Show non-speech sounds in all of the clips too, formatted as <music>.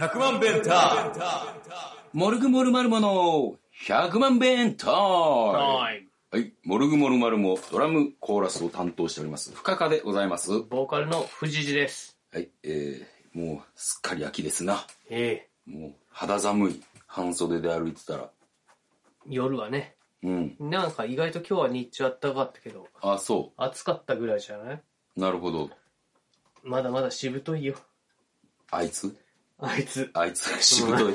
100万弁タモルグモルマルモの100万弁タははい。い、モルグモルマルモドラムコーラスを担当しております、深川でございます。はボーカルの藤次です。い、えー、もうすっかり秋ですな。えもう肌寒い、半袖で歩いてたら。え夜はね。うん。なんか意外と今日は日中あったかかったけど、あ、そ。暑かったぐらいじゃないうなるほど。まだまだしぶといよ。あいつあいつ。あいつ、しぶとい。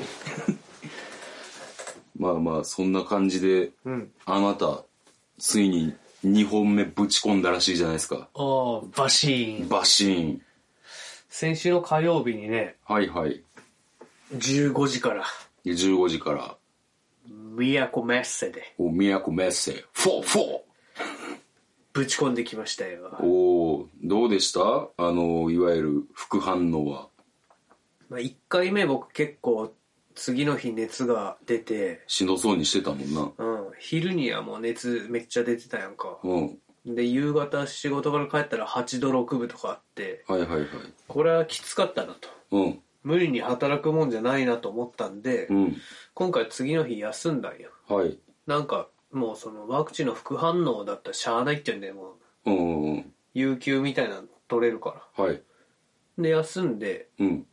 <laughs> まあまあ、そんな感じで、うん。あなた、ついに2本目ぶち込んだらしいじゃないですか。ああ、バシーン。バシーン。先週の火曜日にね、はいはい。 15時から、で15時から、ミヤコメッセでお宮古メッセ、フォーフォぶち込んできましたよー。おーどうでしたあの、いわゆる副反応は。まあ、1回目僕結構次の日熱が出て、しんどそうにしてたもんな。うん、昼にはもう熱めっちゃ出てたやんか。うん。で、夕方仕事から帰ったら8度6分とかあって、はいはいはい。これはきつかったなと。うん。無理に働くもんじゃないなと思ったんで、うん。今回次の日休んだんよ。はい。なんか、もうそのワクチンの副反応だったらしゃあないっていうんで、もう、うんうんうん。有給みたいなの取れるかはい。ら。で、休んで、うん。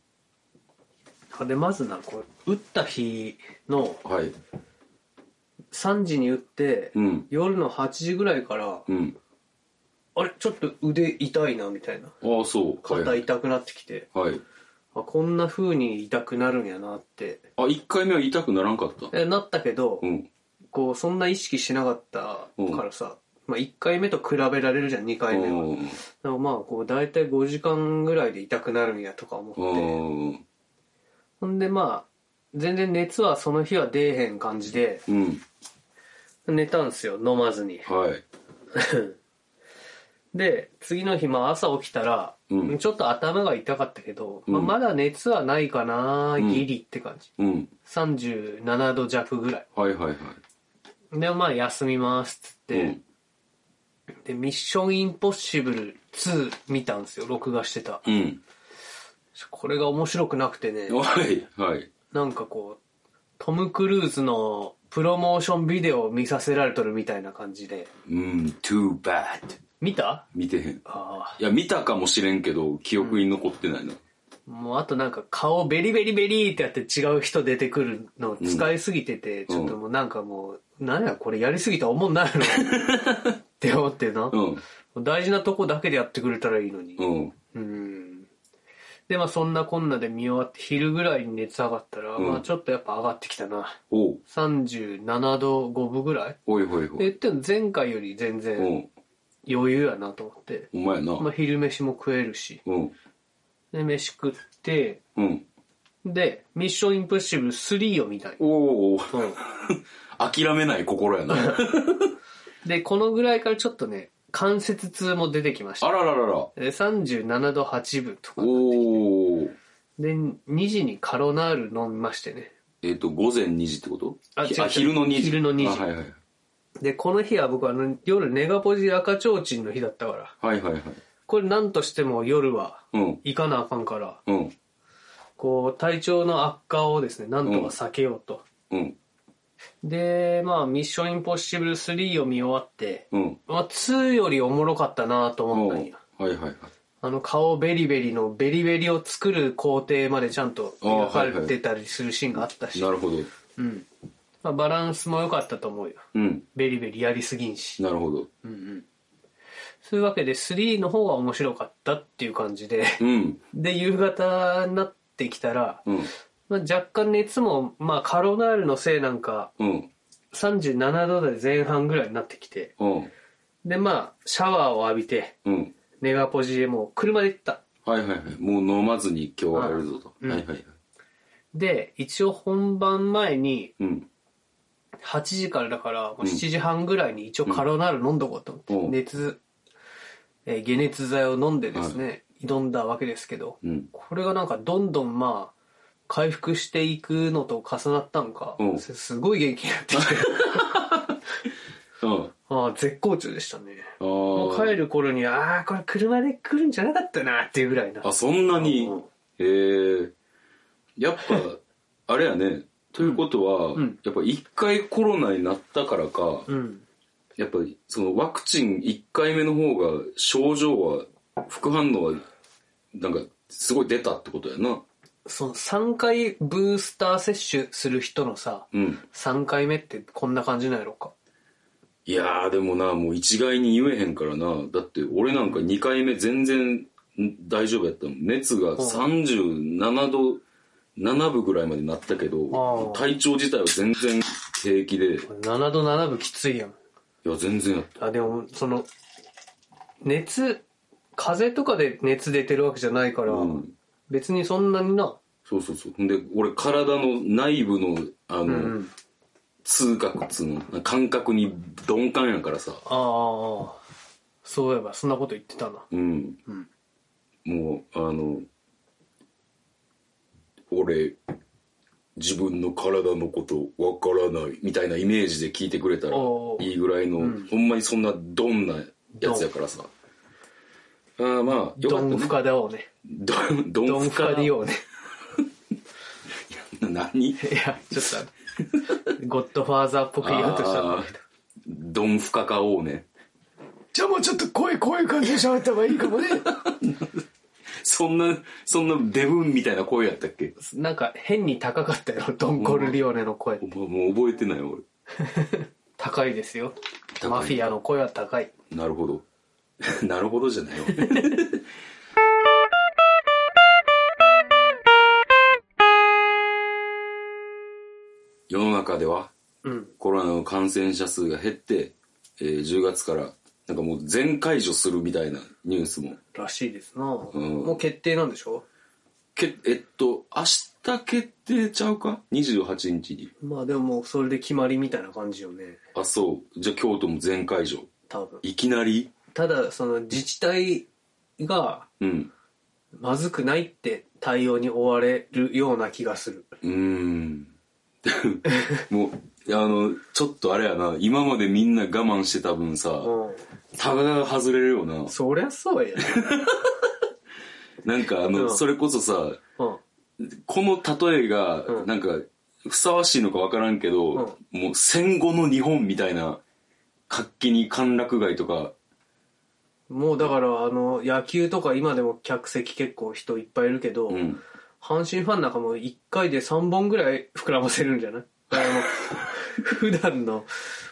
あで、まずな、これ、打った日のはい。 3時に打って、うん。夜の8時ぐらいから、うん。あれ、ちょっと腕痛いな、みたいな。ああ、そう。肩痛くなってきて、はい。あこんな風に痛くなるんやなって。あ、1回目は痛くならんかった。えなったけど、うん。こう、そんな意識しなかったからさ、まあ、1回目と比べられるじゃん、2回目は。だうんからまあ、こう、だいたい5時間ぐらいで痛くなるんやとか思っうて。ん。ほんでまあ、全然熱はその日は出えへん感じで、うん。寝たんすよ、飲まずに。はい。で、次の日、まあ朝起きたら、うんちょっと頭が痛かったけど、うんまあまだ熱はないかな、んギリって感じ。うん。 37度弱ぐらい。はいはいはい。で、まあ休みますっつって、うんで、ミッションインポッシブル2見たんですよ、録画してた。うん。これが面白くなくてね、はい。はい。なんかこう、トム・クルーズのプロモーションビデオを見させられとるみたいな感じで。うん、too bad. 見た見てへん。あいや、見たかもしれんけど、記憶に残ってないな。あ。もうあとなんか顔ベリベリベリってやって違う人出てくるの使いすぎてて、ちょっともうなんかもう、なんやこれやりすぎたらおもんないの <laughs> って思ってなう。ん、大事なとこだけでやってくれたらいいのに。うん、うん。で、まあそんなこんなで見終わって、昼ぐらいに熱上がったら、んまあちょっとやっぱ上がってきたな。おう、 37度5分ぐらいおいほいほで、い。でも前回より全う然ん、余裕やなと思って。お前な。まあ昼飯も食えるし。うん、で、飯食って、うん。で、ミッションインプッシブル3を見たい。おお、うん諦めない心 <laughs> やな。で、このぐらいからちょっとね、関節痛も出てきましあた。らららら。で37度8分とか。おお。で、2時にカロナール飲みましてね。えっと、午前2時ってことあひ違う違う昼の2時。昼の2時あはいはい。で、この日は僕あの、夜ネガポジ赤ちょうちんの日だったから、はいはいはい。これ何としても夜はうん、行かなあかんから、うん、こう、体調の悪化をですね、なんとか避けようと。うん、で、まあ、ミッションインポッシブル3を見終わって、うん。まあ、2よりおもろかったなとおう思ったんはいや。はいはい。あの、顔ベリベリのベリベリを作る工程までちゃんと描かれてたりするシーンがあったし、なるほど。うん。まあ、バランスも良かったと思うよ。うん、ベリベリやりすぎんし。なるほど。そういうわけで3の方が面白かったっていう感じで、うん、で、夕方になってきたら、うん、まあ、若干熱も、まあ、カロナールのせいなんか、うん、 37度台前半ぐらいになってきて、うん、で、まあ、シャワーを浴びて、うん。ネガポジへもう車で行った。はいはいはい。もう飲まずに今日はやるぞと。うんはいはいはい。で、一応本番前に、うん、 8時からだから、もううん7時半ぐらいに一応カロナール飲んどこうと思って、うん熱、えー解熱剤を飲んでですね、挑んだわけですけど、うん、これがなんかどんどんまあ、回復していくのと重なったのか、うん <laughs> すすごい元気になってきて、うん。あああ、絶好調でしたね。あもう帰ーる頃に、ああ、これ車で来るんじゃなかったなっていうぐらいな。あそんなにうんえー、やっ <laughs> ぱあれやねということは、うんやっぱ一回コロナになったからか、うん。やっぱりそのワクチン1回目の方が症状は副反応はなんかすごい出たってことやなその3回ブースター接種する人のさ、うん3回目ってこんな感じなんやろうか。いやーでもなもう一概に言えへんからなだって俺なんか2回目全然ん大丈夫やったもん熱が37度7分ぐらいまでなったけどあー体調自体は全然平気でい7度7分きついやん。や全然やったあ、でも、その、熱、風邪とかで熱出てるわけじゃないから、うん別にそんなにな。そうそうそうほんで俺体の内部のあの、うん。痛覚っつうの感覚に鈍感やからさああ、そういえばそんなこと言ってたな。うん、うんもうあの俺自分の体のことわからないみたいなイメージで聞いてくれたらおうおういいぐらいの、うんほんまにそんなどんなやつやからさあーまあよかドったンねフカだをね。どんどドんンふフカかディオね。何いや、ちょっと <laughs> あの、ゴッドファーザーっぽく言おうとしたのあーどんふかかおうねじゃあもうちょっと声、こういう感じで喋った方がいいかもね。そんなそんなデブンみたいな声やったっけ <laughs> なんか変に高かったよ、ドンコルリオネの声。もうもう覚えてない俺高いですよ。いマフィアの声は高い。なるほど <laughs> なるほどじゃないわ <laughs> 世の中ではうん。コロナの感染者数が減って、えー10月からなんかもう全解除するみたいなニュースもらしいですな、んもう決定なんでしょけえっと明日決定ちゃうか28日にまあでももうそれで決まりみたいな感じよね。あそうじゃあ京都も全解除多分。いきなりただ、その自治体がうんまずくないって対応に追われるような気がする。うーんもうあのちょっとあれやな今までみんな我慢してた分さうん。タガが外れるよなそりゃそうやね。なんかあうのんそれこそさ <laughs> うん。この例えがうんなんかふさわしいのか分からんけど、うんもう戦後の日本みたいな活気に歓楽街とかもうだからあの野球とか今でも客席結構人いっぱいいるけど、うん阪神ファンなんかも1回で3本ぐらい膨らませるんじゃないだからもう <laughs> 普段の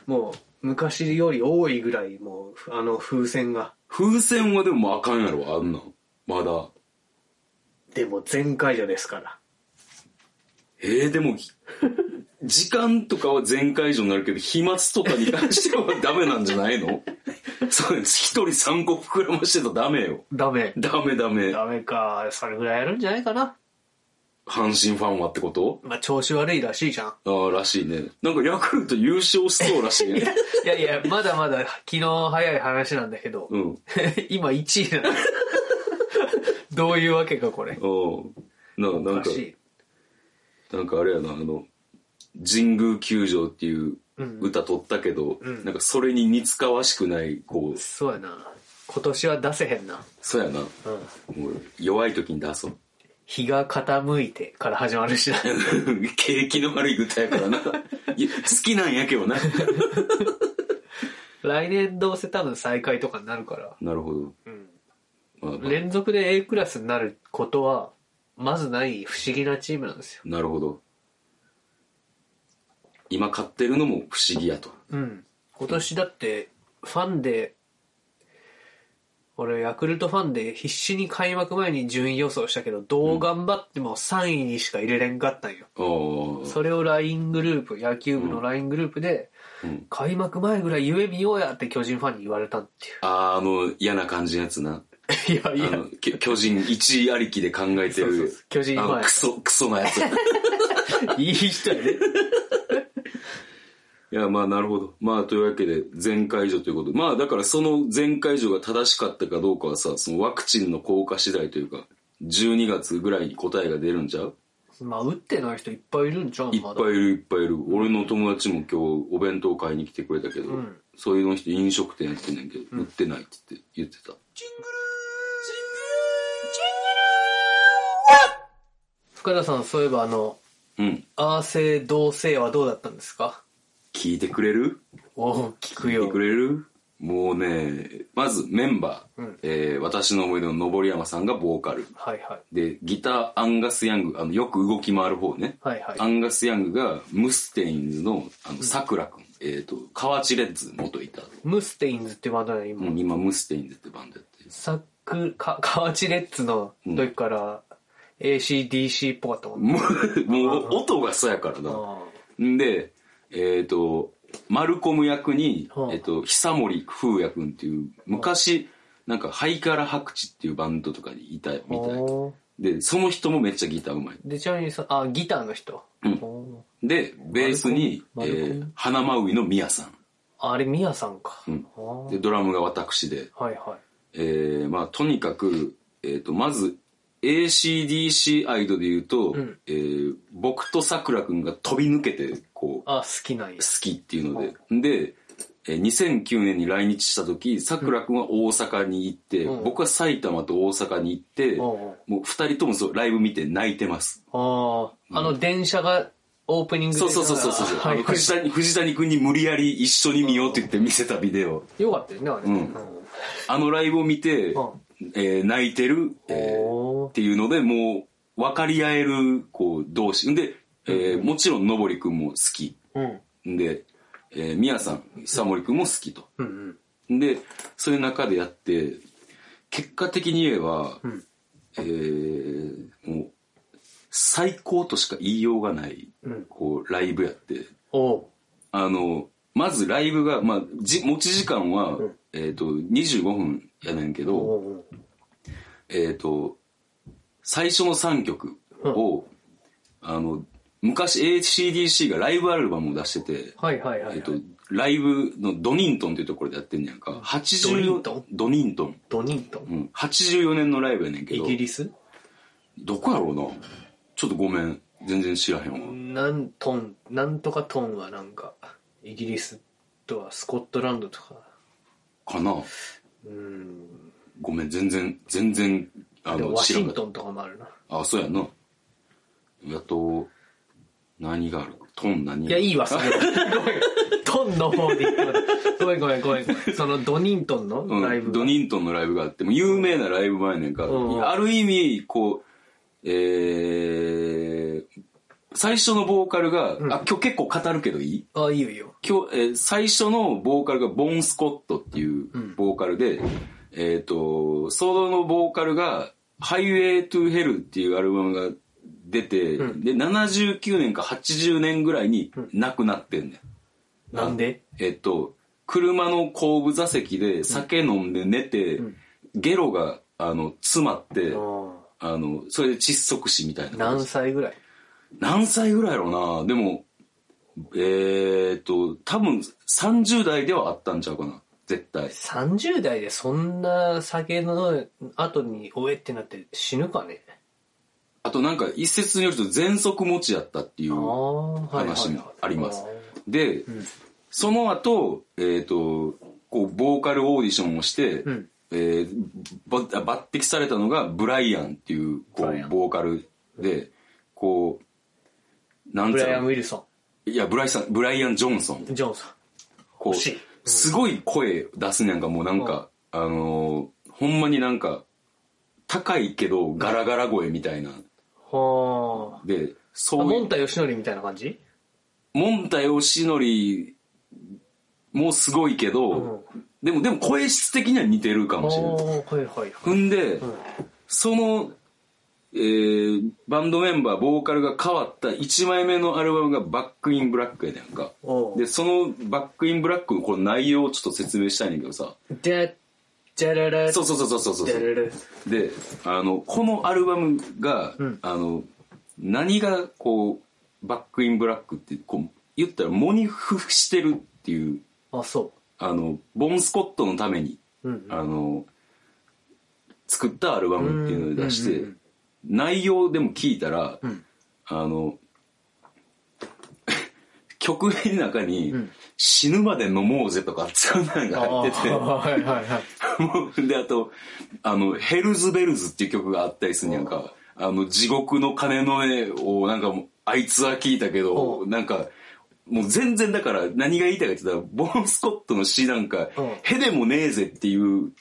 もう昔より多いぐらいもうあの風船が風船はでもあかんやろあんなんまだでも全解除ですからえー、でも時間とかは全解除になるけど飛沫とかに関して <laughs> はダメなんじゃないのそうです一人3個膨らましてたらダメよダメダメダメダメかそれぐらいやるんじゃないかな阪神ファンはってことまあ調子悪いらしいじゃんああらしいねなんかヤクルト優勝しそうらしいね <laughs> いやいやまだまだ昨日早い話なんだけど、うん今1位なの <laughs> どういうわけかこれおなおなんかかしいなんかあれやなあの神宮球場っていう歌取ったけど、うんなんかそれに似つかわしくないこうそうやな今年は出せへんな、そうやなうん、もう弱い時に出そう日が傾いてから始まるしな <laughs> 景気の悪い歌やからないや好きなんやけどな来年どうせ多分再開とかになるから、なるほど、まあまあ連続で A クラスになることはまずない不思議なチームなんですよなるほど今買ってるのも不思議やとうん今年だってファンで俺ヤクルトファンで必死に開幕前に順位予想したけどどう頑張っても3位にしか入れれんかったんよ、ああそれを LINE グループ野球部の LINE グループで、うん開幕前ぐらい夢見ようやって巨人ファンに言われたっていうあーあの嫌な感じのやつないやいあのき巨人1位ありきで考えてそうそうるそう巨人ファンあのクソクソ <laughs> なやついや、いい人やね。やまあなるほどまあというわけで全解除ということでまあだからその全解除が正しかったかどうかはさそのワクチンの効果次第というか12月ぐらいに答えが出るんちゃうまあ、打ってない人いっぱいいるんちゃういっまだぱいいるいっぱいいる俺の友達も今日お弁当買いに来てくれたけど、うんそういうの人飲食店やってんねんけど、売ってないって言って言ってた。深田さん、そういえばあの、うん。アーセイ、同性はどうだったんですか聞いてくれるおお、聞く聞いてよく。れるもうね、まずメンバー、うんえー私の思い出の登山さんがボーカル。はいはい。で、ギター、アンガス・ヤング、あの、よく動き回る方ね。はいはいアンガス・ヤングが、ムステインズの、あの、さくらくん。えっ、と、河内レッズ元いた。ムステインズっていうバンドだね、今。うん、今、ムステインズってバンドやってる。サック、か、カーチレッツの時から、ACDC っぽかったもんね。もう、もう音がそうやからな。あんで、えっ、と、マルコム役には、あえっ、と、久森風也くんっていう、昔、なんか、ハイカラ白痴っていうバンドとかにいたみーたい。おーで、その人もめっちゃギターうまい。で、ちなみにさ、あ、ギターの人。おで、ベースに、えマルコムマルコムー花真海の宮さん。ーあれ、ミヤさんか。うんあーで、ドラムが私で。はいはえーまあ、とにかく、えー、とまず ACDC アイドで言うと、うんえー僕とさくらくんが飛び抜けてこい。うあ、好きなんや好。きっていうので、で、えー2009年に来日した時さくらくんは大阪に行って、うん僕は埼玉と大阪に行って、おうおうもう二人ともそうライブ見て泣いてます。ああ、あの電車がオープニングでそうそうそうそうそう、はあのいはい藤谷藤谷君に無理やり一緒に見ようって言って見せたビデオよかったよね、あれ。うんうんあのライブを見て、うんえー泣いてる、えーおっていうのでもう分かり合えるこう同士で、えーもちろんのぼりくんも好きーうん。で、えー、みやさん久森くんも好きとうんうん。でそういう中でやって結果的に言えば、んえーもう最高としか言いようがない、うんこうライブやっておうあのまずライブが、まあ、じ持ち時間は、んえー、と25分やねんけど、おうえっ、と、最初の3曲を、あの、昔 ACDC がライブアルバムを出してて、はいはいはいはい。えっ、と、ライブのドニントンというところでやってんねやんか。ドニ84ントンドニントン。ドニントン。うん。84年のライブやねんけイど、ギリスどこやろうな。ちょっとごめん。全然知らへんわ。なんトン、なんとかトンはなんか、イギリスとはスコットランドとか。かな。うん。ごめん。全然、全然、あでもの、ワ知シらんンかったトンとかもあるな。あ、そうやな。やっと、何があるトン何いや、いいわ、それ。ごめん。トンの方で行ってもらったごめんごめんごめんごめん。そのドニントンのライうんブドが。ニントンのライブがあってもう有名なライブ前ねんか、うんある意味こうえー、最初のボーカルが、んあ今日結構語るけどいいあ、いいよいいよ。今日、えー最初のボーカルがボン・スコットっていうボーカルで、えっ、とソロのボーカルが「ハイウェイ・トゥ・ヘル」っていうアルバムが出て、うんで79年か80年ぐらいに亡くなってんねん、なんでえっと、車の後部座席で酒飲んで寝て、うんゲロが、あの、詰まって、うんあの、それで窒息死みたいな感何じ。歳ぐらい何歳ぐらいやろうなでも、えー、っと、多分30代ではあったんちゃうかな。絶対。 30代でそんな酒の後におえってなって死ぬかねあとなんか一説によると喘息持ちやったっていうあ。あはいはいはい話もありますで、んその後、えー、とこうボーカルオーディションをして、うんえーば抜擢されたのがブライアンっていうこブライアうンボーカルでこうなんブつうライアン・ウのィルソいやブライさんブライアン・ジョンソンンジョンさんこ惜しいうんうすごい声出すねんかもうなんか、あのーほんまになんか高いけどガラガラ声みたいな、はであそういモうンタヨシノリみたいな感じもんたよしのりもすごいけど、でも、でも声質的には似てるかああもしれない。はいはいはいほんで、んその、えーバンドメンバー、ボーカルが変わった1枚目のアルバムがバックインブラックやねんか。おうで、そのバックインブラックのこの内容をちょっと説明したいねんだけどさ。でじゃららそうそうそうそうそうじゃそう。ららで、あの、このアルバムが、んあの、何がこう、バックインブラックって、こう、言ったらモニフしてるっていう、あそあの、ボン・スコットのためにううんあの作ったアルバムっていうので出して、うんうんうん内容でも聞いたら、うんあの兄 <laughs> 曲名の中に、うん死ぬまで飲もうぜとか、そんなのが入ってて、はいはいはい。も <laughs> うであとあの「ヘルズベルズ」っていう曲があったりするんやんかあの地獄の鐘の音をなんかもうあいつは聞いたけどうなんかもう全然だから何が言いたいかって言ったらボン・スコットの詩なんかうん「へでもねえぜ」っていううん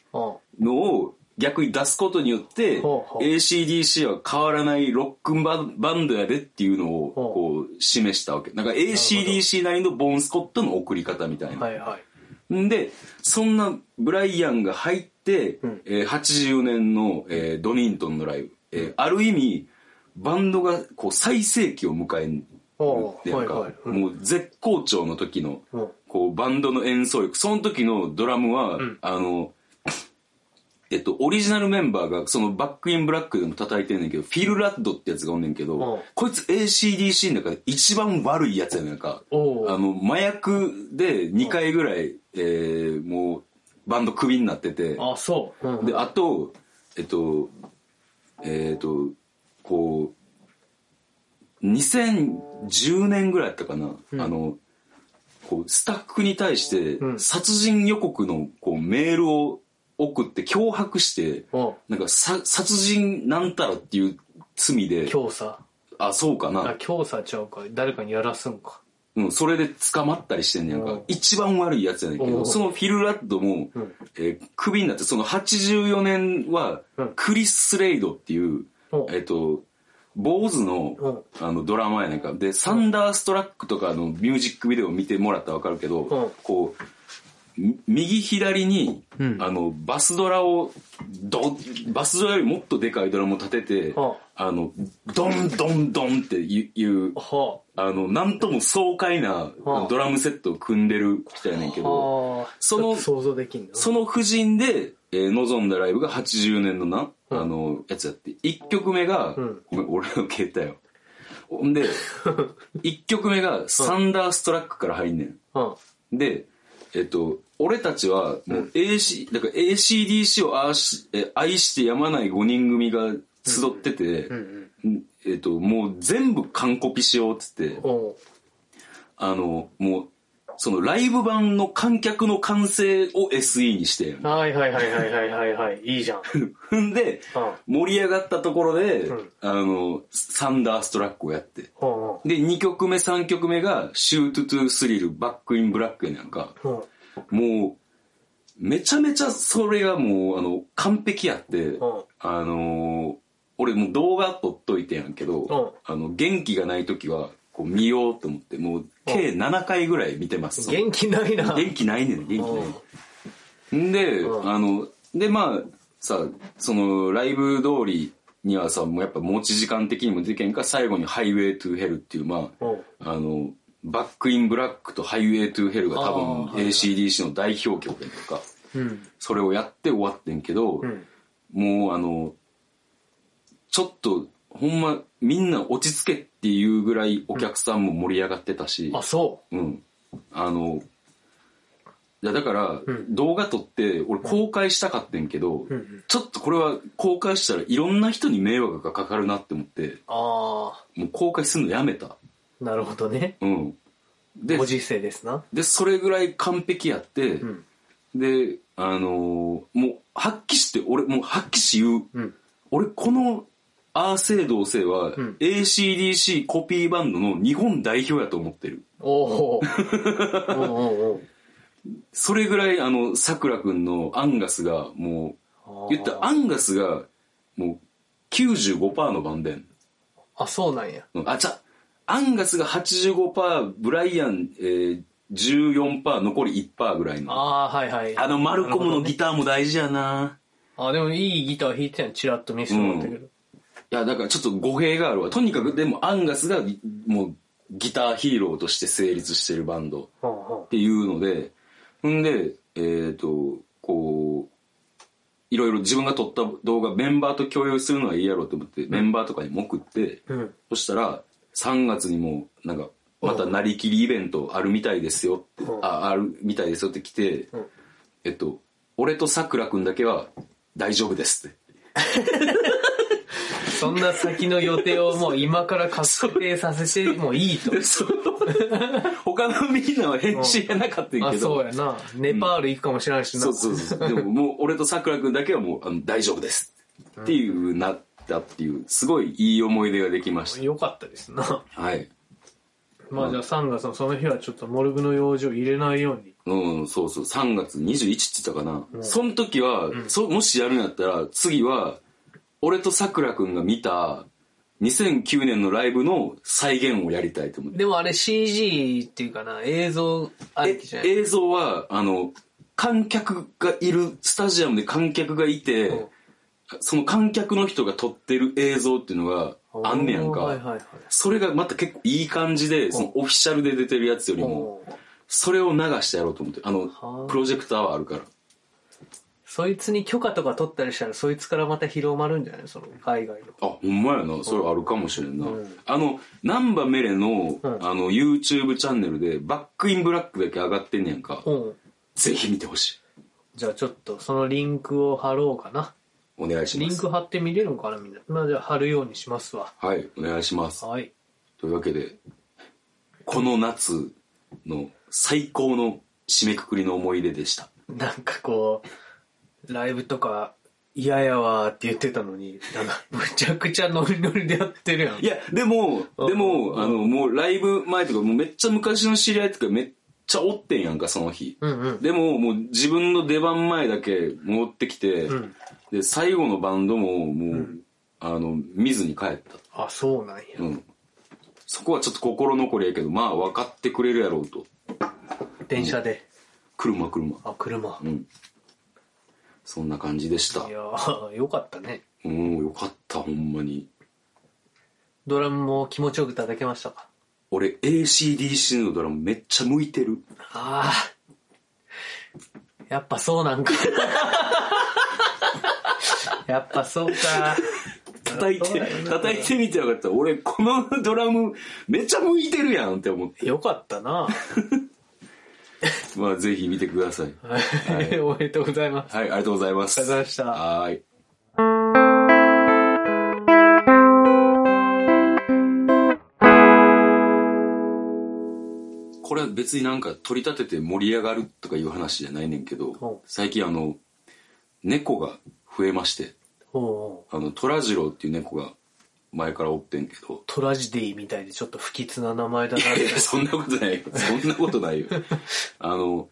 のを逆に出すことによってほうほう ACDC は変わらないロックンババンドやでっていうのをほうこう示したわけなんか ACDC なりのボン・スコットの送り方みたいなはいはい。んでそんなブライアンが入って、うんえー84年の、えードニントンのライブ、えーある意味バンドがこう最盛期を迎えるおっていーうはいか、はい。うんもう絶好調の時のうんこうバンドの演奏力その時のドラムは、んあのえっとオリジナルメンバーがそのバックインブラックでも叩いてんねんけどフィル・ラッドってやつがおんねんけど、うんこいつ ACDC の中で一番悪いやつやねんかおうあの麻薬で2回ぐらい、えーもうバンドクビになっててあ、そう。うんであとえっとえっとこう2010年ぐらいだったかな、うんあのこうスタッフに対してうん殺人予告のこうメールを送って脅迫しておうなんかさ殺人なんたらっていう罪で強さ。あそうかなあ、強さちゃうか。誰かにやらすんか。うん、それで捕まったりしてんねやんうかん。一番悪いやつやねんけうど、んそのフィル・ラッドも、うんえークビになって、その84年はうん、クリス・スレイドっていう、うんえっ、と、坊主の、あの、ドラマやねんか。で、サンダーストラックとかのミュージックビデオ見てもらったらわかるけど、うんこう、み右左に、うんあの、バスドラを、ど、バスドラよりもっとでかいドラムを立てて、うんあの、ドンドンドンっていう、はあの、なんとも爽快なはあドラムセットを組んでる人やねんけあ。ど、はあ。そのちょっと想像できんな。その夫人で、えー臨んだライブが80年のな、うんあの、やつやって、1曲目が、うんごめん、俺の携帯よ。ほ <laughs> んで、1曲目がサンダーストラックから入んねうん。ん。で、えっと、俺たちは、もう AC、だから ACDC を愛しえ愛してやまない5人組が集ってて、うんうん。んえっと、もう全部完コピしようっつって、おうあの、もう、そのライブ版の観客の歓声を SE にして、はいはいはいはいはいはいはい。 <laughs> いいじゃん。踏んで、う盛り上がったところで、うんあの、サンダーストラックをやって。ん。うんで、2曲目、3曲目が、シュートトゥースリル、バックインブラックやなんか、うん。もう、めちゃめちゃそれがもう、あの、完璧やって、んあのー俺もう動画撮っといてんやんけど、うあの、元気がない時は、こう見ようと思って、もう、計7回ぐらい見てます。その元気ない <laughs> な。元気ないねん元気ないんで、うんあのでまあさそのライブ通りにはさもうやっぱ持ち時間的にもできへんから最後に「ハイウェイトゥヘル」っていうまあ,、うんあのバックインブラックと「ハイウェイトゥヘル」が多分あーはいはい ACDC の代表曲やとかうん。それをやって終わってんけど、うん。もうあのちょっとほんまみんな落ち着けっていうぐらいお客さんも盛り上がってたし、あ、そうん。あの、いやだから、うん動画撮って、俺公開したかってんけど、う。うん。ちょっとこれは公開したらいろんな人に迷惑がかかるなって思って、あもう公開するのやめた。あ、なるほどね。うん。でご、時世ですな。で、それぐらい完璧やって、うん。で、あのーもう、発揮して、俺、もう発揮し言う。うん。俺、この、アーセイ同性は、ん ACDC コピーバンドの日本代表やと思ってる。おお。おうおうそれぐらい、あの、桜くんのアンガスが、もおう。う、言ったらアンガスが、もう、95%の番でん。あ、そうなんや。うんあ、ちゃ、アンガスが85%、ブライアン、えー、14%、残り1%ぐらいの。ああ、はいはい。あの、マルコムのなるほどねギターも大事やな。あ、でもいいギター弾いてたやん。チラッと見せてもらったけど。いや、だからちょっと語弊があるわ。とにかく、でも、アンガスが、もう、ギターヒーローとして成立してるバンド。うんうんっていうので、ほんで、えっ、と、こう、いろいろ自分が撮った動画、メンバーと共有するのはいいやろうと思って、メンバーとかにも送って、うん。そしたら、3月にも、なんか、またなりきりイベントあるみたいですよってう、んあ、あるみたいですよって来てうん、えっと、俺とさくらくんだけは大丈夫ですって。そんな先の予定をもう今から確定させてもいいと。 <laughs> <laughs> そう他のみんなは返信やなかったんやあ、けど、そうやな。ネパール行くかもしれないしな。そうそうそうでももう俺とさくら君だけはもうあの大丈夫ですっていうなったっていうすごいいい思い出ができましよかったですな。たはいまあじゃあ3月のその日はちょっとモルグの用事を入れないように。うん、そうそう、3月21って言ったかな。その時は、そ、もしやるんやったら、次は、俺とさくらくんが見た、2009年のライブの再現をやりたいと思って。でもあれ CG っていうかな、映像ありえきじゃない映像は、あの、観客がいる、スタジアムで観客がいて、うんその観客の人が撮ってる映像っていうのがあんねやんか。おーはいはいはい。それがまた結構いい感じで、そのオフィシャルで出てるやつよりも、おーそれを流してやろうと思って。あはのあ、プロジェクターはあるから。そいつに許可とか取ったりしたらそいつからまた広まるんじゃないその海外の。あほんまやなそれあるかもしれんな、うんあの難波メレの,、んあの YouTube チャンネルで「バックインブラック」だけ上がってんねやんか、うん。ぜひ見てほしいじゃあちょっとそのリンクを貼ろうかな。お願いしリまンすク貼って見れるのかなみんな。まあじゃあ貼るようにしますわ。はいお願いしますはい。というわけでこの夏の最高の締めくくりの思い出でしたなんかこう、ライブとか嫌やわーって言ってたのに、なんかむちゃくちゃノリノリでやってるやん。いやでもでも、あのもうライブ前とかもうめっちゃ昔の知り合いとかめっちゃおってんやんかその日、うんうん。でももう自分の出番前だけ戻ってきて、んで最後のバンドももう、あの見ずに帰った、あ、そうなんや。うん、そこはちょっと心残りやけどまあ分かってくれるやろうと電車で。車車あ、車う。んそんな感じでしたいやー、よかったね。うんよかったほんまにドラムも気持ちよく叩けましたか俺 ACDC のドラムめっちゃ向いてるああ。やっぱそうなんか。 <laughs> やっぱそうか。叩いそうてだよね叩いてみてよかった俺このドラムめっちゃ向いてるやんって思ってよかったな。まあぜひ見てくださいはい、おめでとうございます。はい、ありがとうございます。ありがとうございましたはーい。これは別になんか取り立てて盛り上がるとかいう話じゃないねんけほど、最近あの、猫が増えまして、おうおうあの、トラジローっていう猫が前からおってんけど、トラジディみたいでちょっと不吉な名前だな。いやそんなことないよ。そんなことないよ。あの、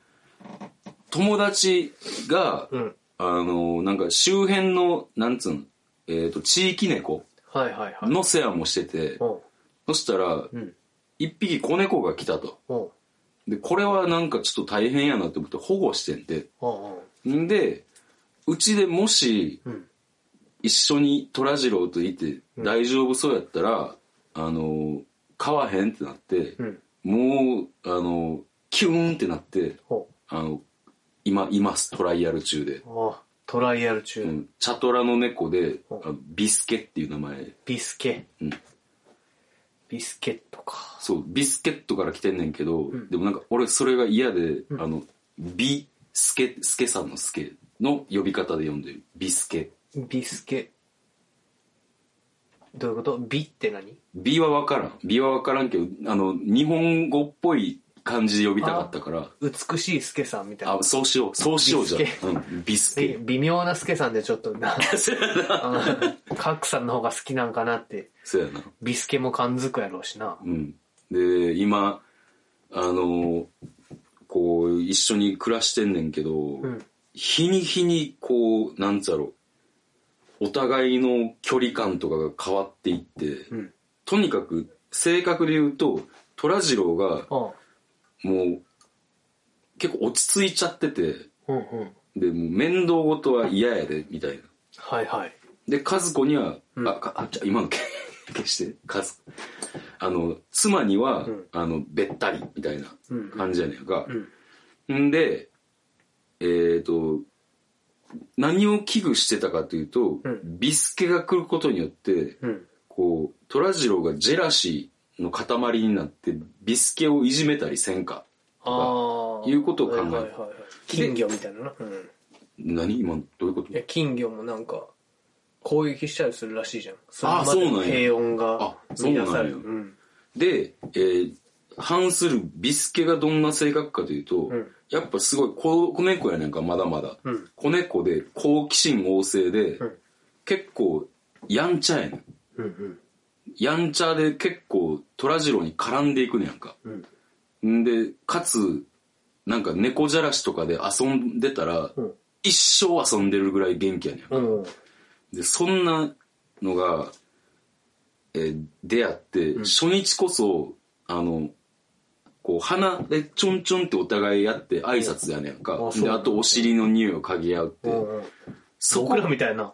友達が、うん。あの、なんか周辺の、なんつうの、えっ、と、地域猫はいはいはい。の世話もしてて、おうそしたらう、ん。一匹子猫が来たと。おうで、これはなんかちょっと大変やなって思って保護してんで。おうおんで、うちでもし、う。うん。一緒に虎次郎といて大丈夫そうやったら、あの、飼わへんってなって、うん。もう、あの、キューンってなって、おうあの、今、います、トライアル中で。おうトライアル中、うん、チャトラの猫で、ほうあのビスケっていう名前。ビスケ。うんビスケットか。そう、ビスケットから来てんねんけど、でもなんか俺それが嫌で、あの、ビスケ、スケさんのスケの呼び方で呼んでる。ビスケ。ビスケ。どういうことビって何ビはわからん。ビはわからんけど、あの、日本語っぽい感じで呼びたかったから、美しいスケさんみたいあな。そうしよう。そうしようじゃんビス。ケうん、ビスえケ。微妙なスケさんでちょっ <laughs> とな、うんカックさんの方が好きなんかなって。そうやな。ビスケも感づくやろうしな。うん。で、今、あの、こう、一緒に暮らしてんねんけど、ん日に日に、こう、なんつうやろう、お互いの距離感とかが変わっていって、んとにかく、正確で言うと、虎次郎が、あもう、結構落ち着いちゃってて、うんうん。で、もう面倒事は嫌やで、みたいな。はいはい。で、和子には、あ、かあ、じゃあ今の消 <laughs> 消して、和子。あの、妻には、あの、べったり、みたいな感じやねんか。んで、えっ、と、何を危惧してたかというと、んビスケが来ることによって、うん。こう、虎次郎がジェラシーの塊になって、ビスケをいじめたりせんか。ああ。いうことを考えるはいはいはい金魚みたいなな。うん。何今のどういうこといや、金魚もなんか、攻撃したりするらしいじゃん。そあそうなんやの平穏があそうなんや乱される。うん。で、えー反するビスケがどんな性格かというと、んやっぱすごい子子猫やねんかまだまだ、うん子猫で好奇心旺盛で、うん結構やんちゃやねんうんうん。やんちゃで結構虎次郎に絡んでいくねやんかうん。んでかつなんか猫じゃらしとかで遊んでたら、うん一生遊んでるぐらい元気やねんうん。でそんなのが、えー出会って、初日こそあのこう鼻でちょんちょんってお互いやって挨拶やねんか、うんあそうであとお尻の匂いを嗅ぎ合うって、うん。そこ僕らみたいな。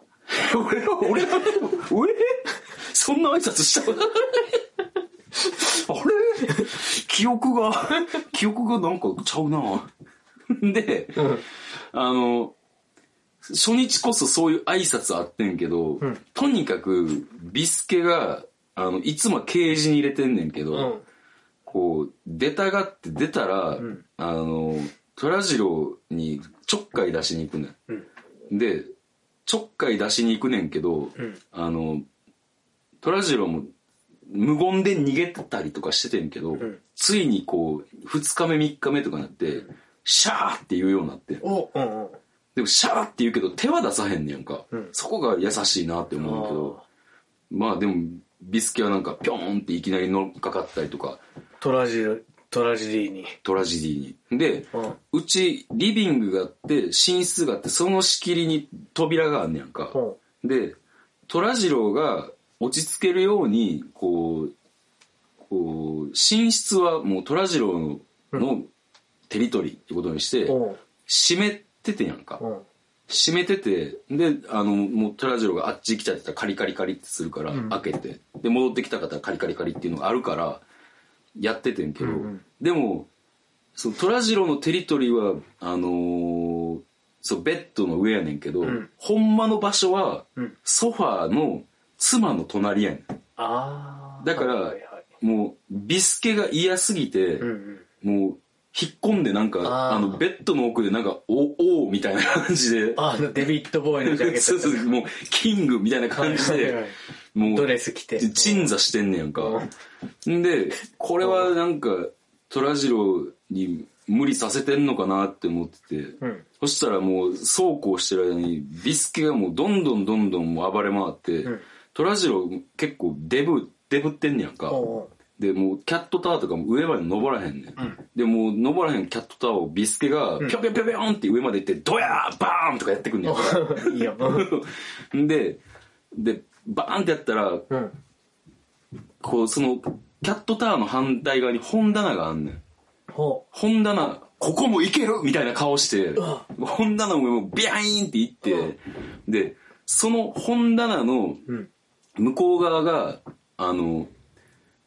俺ら俺ら俺そんな挨拶したことないあれ記憶が記憶がなんかちゃうなでうん。あの、初日こそそういう挨拶あってんけど、んとにかく、ビスケが、あの、いつもケージに入れてんねんけど、うん。こう、出たがって出たら、んあの、虎次郎にちょっかい出しに行くねうん。ん。で、ちょっかい出しに行くねんけど、うんあの、虎次郎も無言で逃げてたりとかしててんけど、んついにこう、二日目三日目とかなって、シャーって言うようになってんおうんうん。でもシャーって言うけど手は出さへんねやんか、うんそこが優しいなって思うんだけどまあでもビスケはなんかピョーンっていきなり乗っかかったりとかトラジル、トラジディに。トラジディにで、うんうちリビングがあって寝室があってその仕切りに扉があんねやんか、うで虎次郎が落ち着けるようにこうこう寝室はもう虎次郎の,、のテリトリーってことにしてうん閉めててんやんか、うん。閉めててであのもう虎次郎があっち来たって言ったらカリカリカリってするから、開けてで戻ってきた方はカリカリカリっていうのがあるからやっててんけど、でもその虎次郎のテリトリーはあのーそうベッドの上やねんけど、んほんまの場所は、うんソファーの妻の隣やねんああ。だからはいはい。もうビスケが嫌すぎて、うんうん。もう引っ込んでなんかあーあのベッドの奥でなんかおおーみたいな感じであの、デビッド・ボーイのジャケット。 <laughs> そうそうもうキングみたいな感じはいはいはでいもドレうス着て。鎮座してんねやんかんでこれはなんか虎次郎に無理させてんのかなって思っててうん。そしたらもうそうこうしてる間にビスケがもうどんどんどんどんもう暴れ回ってうん虎次郎結構デブデブってんねやんかおうでもうキャットタワーとかも上まで登らへんねん、んでもう登らへんキャットタワーをビスケがピョピョピョピョンって上まで行ってドヤーバーンとかやってくんねんかおういいよ。うんででバーンってやったらうん。こうそのキャットタワーの反対側に本棚があんねんほ本棚ここもいけるみたいな顔してわ本棚の上もビャーンっていってでその本棚のう。うん。向こう側があの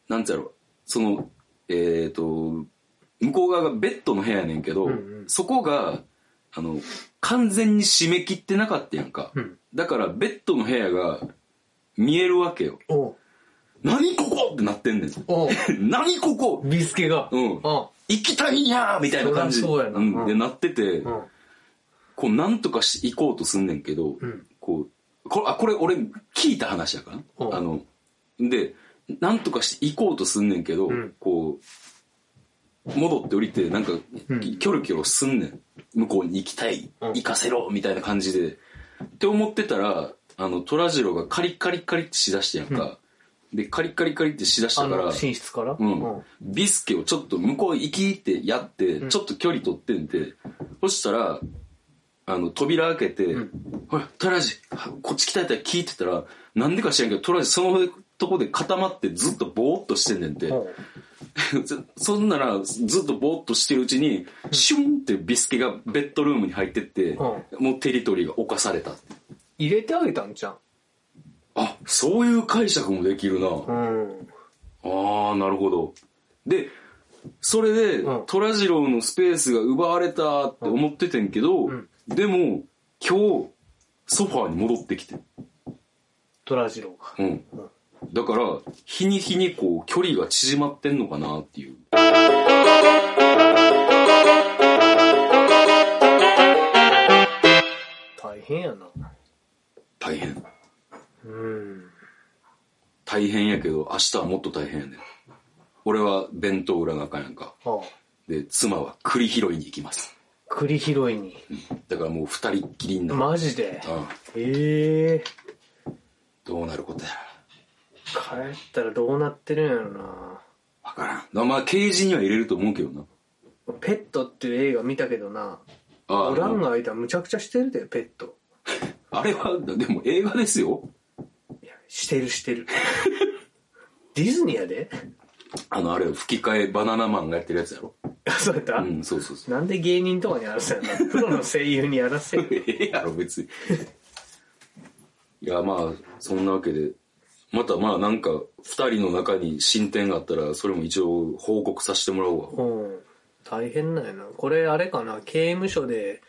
なんつうやろそのえっ、と向こう側がベッドの部屋やねんけど、んうんそこがあの完全に締め切ってなかったやんか、うんだからベッドの部屋が見えるわけよおう何ここってなってんねん <laughs> おう何ここビスケが。うんあ行きたいにゃーみたいな感じそりゃそうやなんでうんなってて、うん。こうなんとかし行こうとすんねんけど、んこうこれあこれ俺聞いた話やからうんあのでなんとかして行こうとすんねんけど、んこう戻って降りてなんか、んキョロキョロすんねん向こうに行きたい、うん行かせろみたいな感じでって思ってたらあの虎次郎がカリカリカリってしだしてやんか、でカリカリカリってしだしあたからの、寝室からうんビスケをちょっと向こう行きってやって、ちょっと距離取ってんでそしたらあの扉開けて「ほらトラジこっち来たい」って聞いてたらなんでか知らんけどトラジそのとこで固まってずっとぼーっとしてんねんて、おう <laughs> そそんならずっとぼーっとしてるうちにシュンってビスケがベッドルームに入ってって、もうテリトリーが侵された入れてあげたんじゃん。あそういう解釈もできるな、うん。ああなるほどでそれでうん虎次郎のスペースが奪われたって思っててんけど、んでも今日ソファーに戻ってきて、トラジローが。うん、だから日に日にこう距離が縮まってんのかなっていう大変やな。大変うん。大変やけど明日はもっと大変やねん俺は弁当裏があかんやんかああ。で妻は栗拾いに行きます栗拾いに。だからもう二人っきりになる、マジで。うん、ええどうなることや帰ったらどうなってるんやろな。ら分からんまあケージには入れると思うけどなペットっていう映画見たけどな。ああおらんのの間むちゃくちゃしてるで、ペット。あれはでも映画ですよいやして <laughs> るしてる。ディズニーやであのあれ吹き替えバナナマンがやってるやつやろあ、そうやった、うんそうそうそうなんで芸人とかにやらせんのプロの声優にやらせる。 <laughs> ええやろ別にいやまあそんなわけでまたまあなんか2人の中に進展があったらそれも一応報告させてもらおう <laughs> わうん。大変なんやな。これあれかな、刑務所で、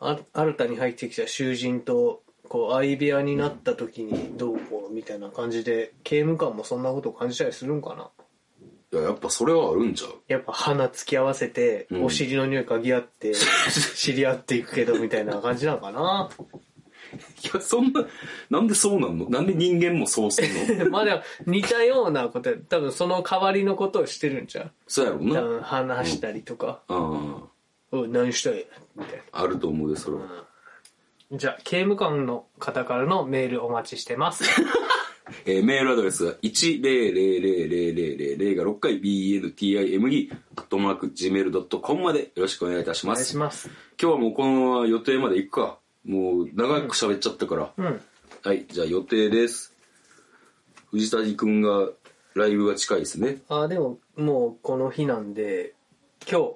あ新たに入ってきた囚人と、こう、相部屋になった時にどうこうみたいな感じで、刑務官もそんなこと感じたりするんかいな。ややっぱそれはあるんちゃう <laughs> やっぱ鼻突き合わせて、うんお尻の匂い嗅ぎ <laughs> 合って、知り合っていくけどみたいな感じなのかな。いやそんななんでそうなんのなんで人間もそうすんの <laughs> まあでも似たようなことや多分その代わりのことをしてるんじゃんそうやろう多な分話したりとかああ「うん、何したい?」みたいあると思うでそれはなじゃあ刑務官の方からのメールお待ちしてますえーメールアドレスが1000000が6回 bntime.gmail.com までよろしくお願いいたしおま願いすします今日はもうこのまま予定まで行くかもう長く喋っちゃったから、うんはいじゃあ予定です藤谷君がライブが近いですねあーでももうこの日なんで今日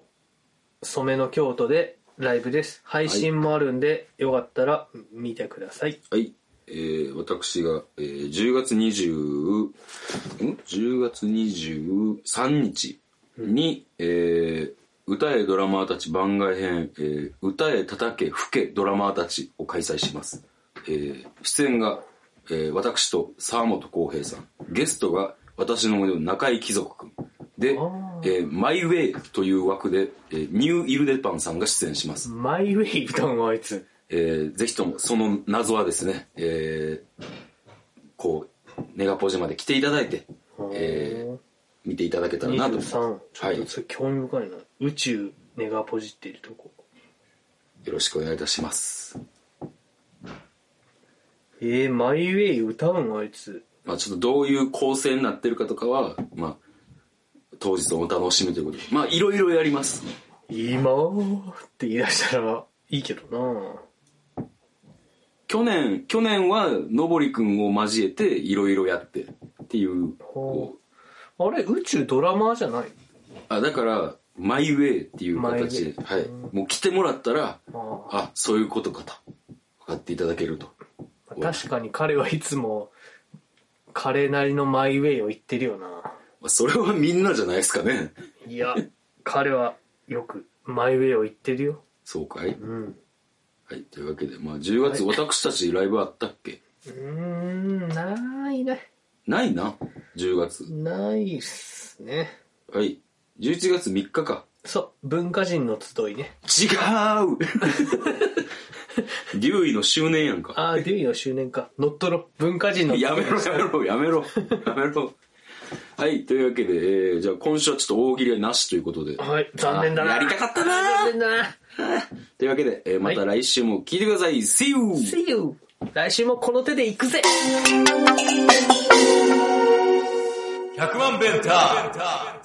染めの京都でライブです配信もあるんで、よかったら見てくださいはい、えー、私が、えー、10月20ん10月23日に、えー歌えドラマーたち番外編、えー歌え叩け吹けドラマーたちを開催します、えー出演が、えー私と沢本浩平さんゲストが私の中井貴族君でー、えーマイウェイという枠で、えーニューイルデパンさんが出演しますマイウェイ歌うのあいつえーぜひともその謎はですね、えーこうネガポジまで来ていただいて、えー見ていただけたらなと23ちょはっい、よとそれ興味深いな、宇宙ネガポジっているところしくお願いいたします、えー、マイウェイ歌うんあいつまあ、ちょっとどういう構成になってるかとかは、まあ、当日のお楽しみということでまあいろいろやります今って言い出したらいいけど去年去年はのぼりくんを交えていろいろやってっていうこうなあれ宇宙ドラマーじゃないあだからマイウェイっていう形で、はい、もう来てもらったらああそういうことかと分かっていただけるとー確かに彼はいつも彼なりのマイウェイを言ってるよなまあそれはみんなじゃないですかね。いや彼はよくマイウェイを言ってるよそうかいうんはい。というわけで、まあ10月、私たちライブあったっけうーんないねないな、10月。ないっすねはい。11月3日か。そう文化人の集いね違うデューイの周年やんか。ああ <laughs> デュイの周年か乗っ取ろう文化人の集いやめろやめろやめろやめろ。はい。というわけで、えーじゃあ今週はちょっと大喜利はなしということで。はい残念だなあやりたかったな残念だな <laughs> というわけで、えーまた来週も聞いてください。See you! See you 来週もこの手で行くぜ100万ベンター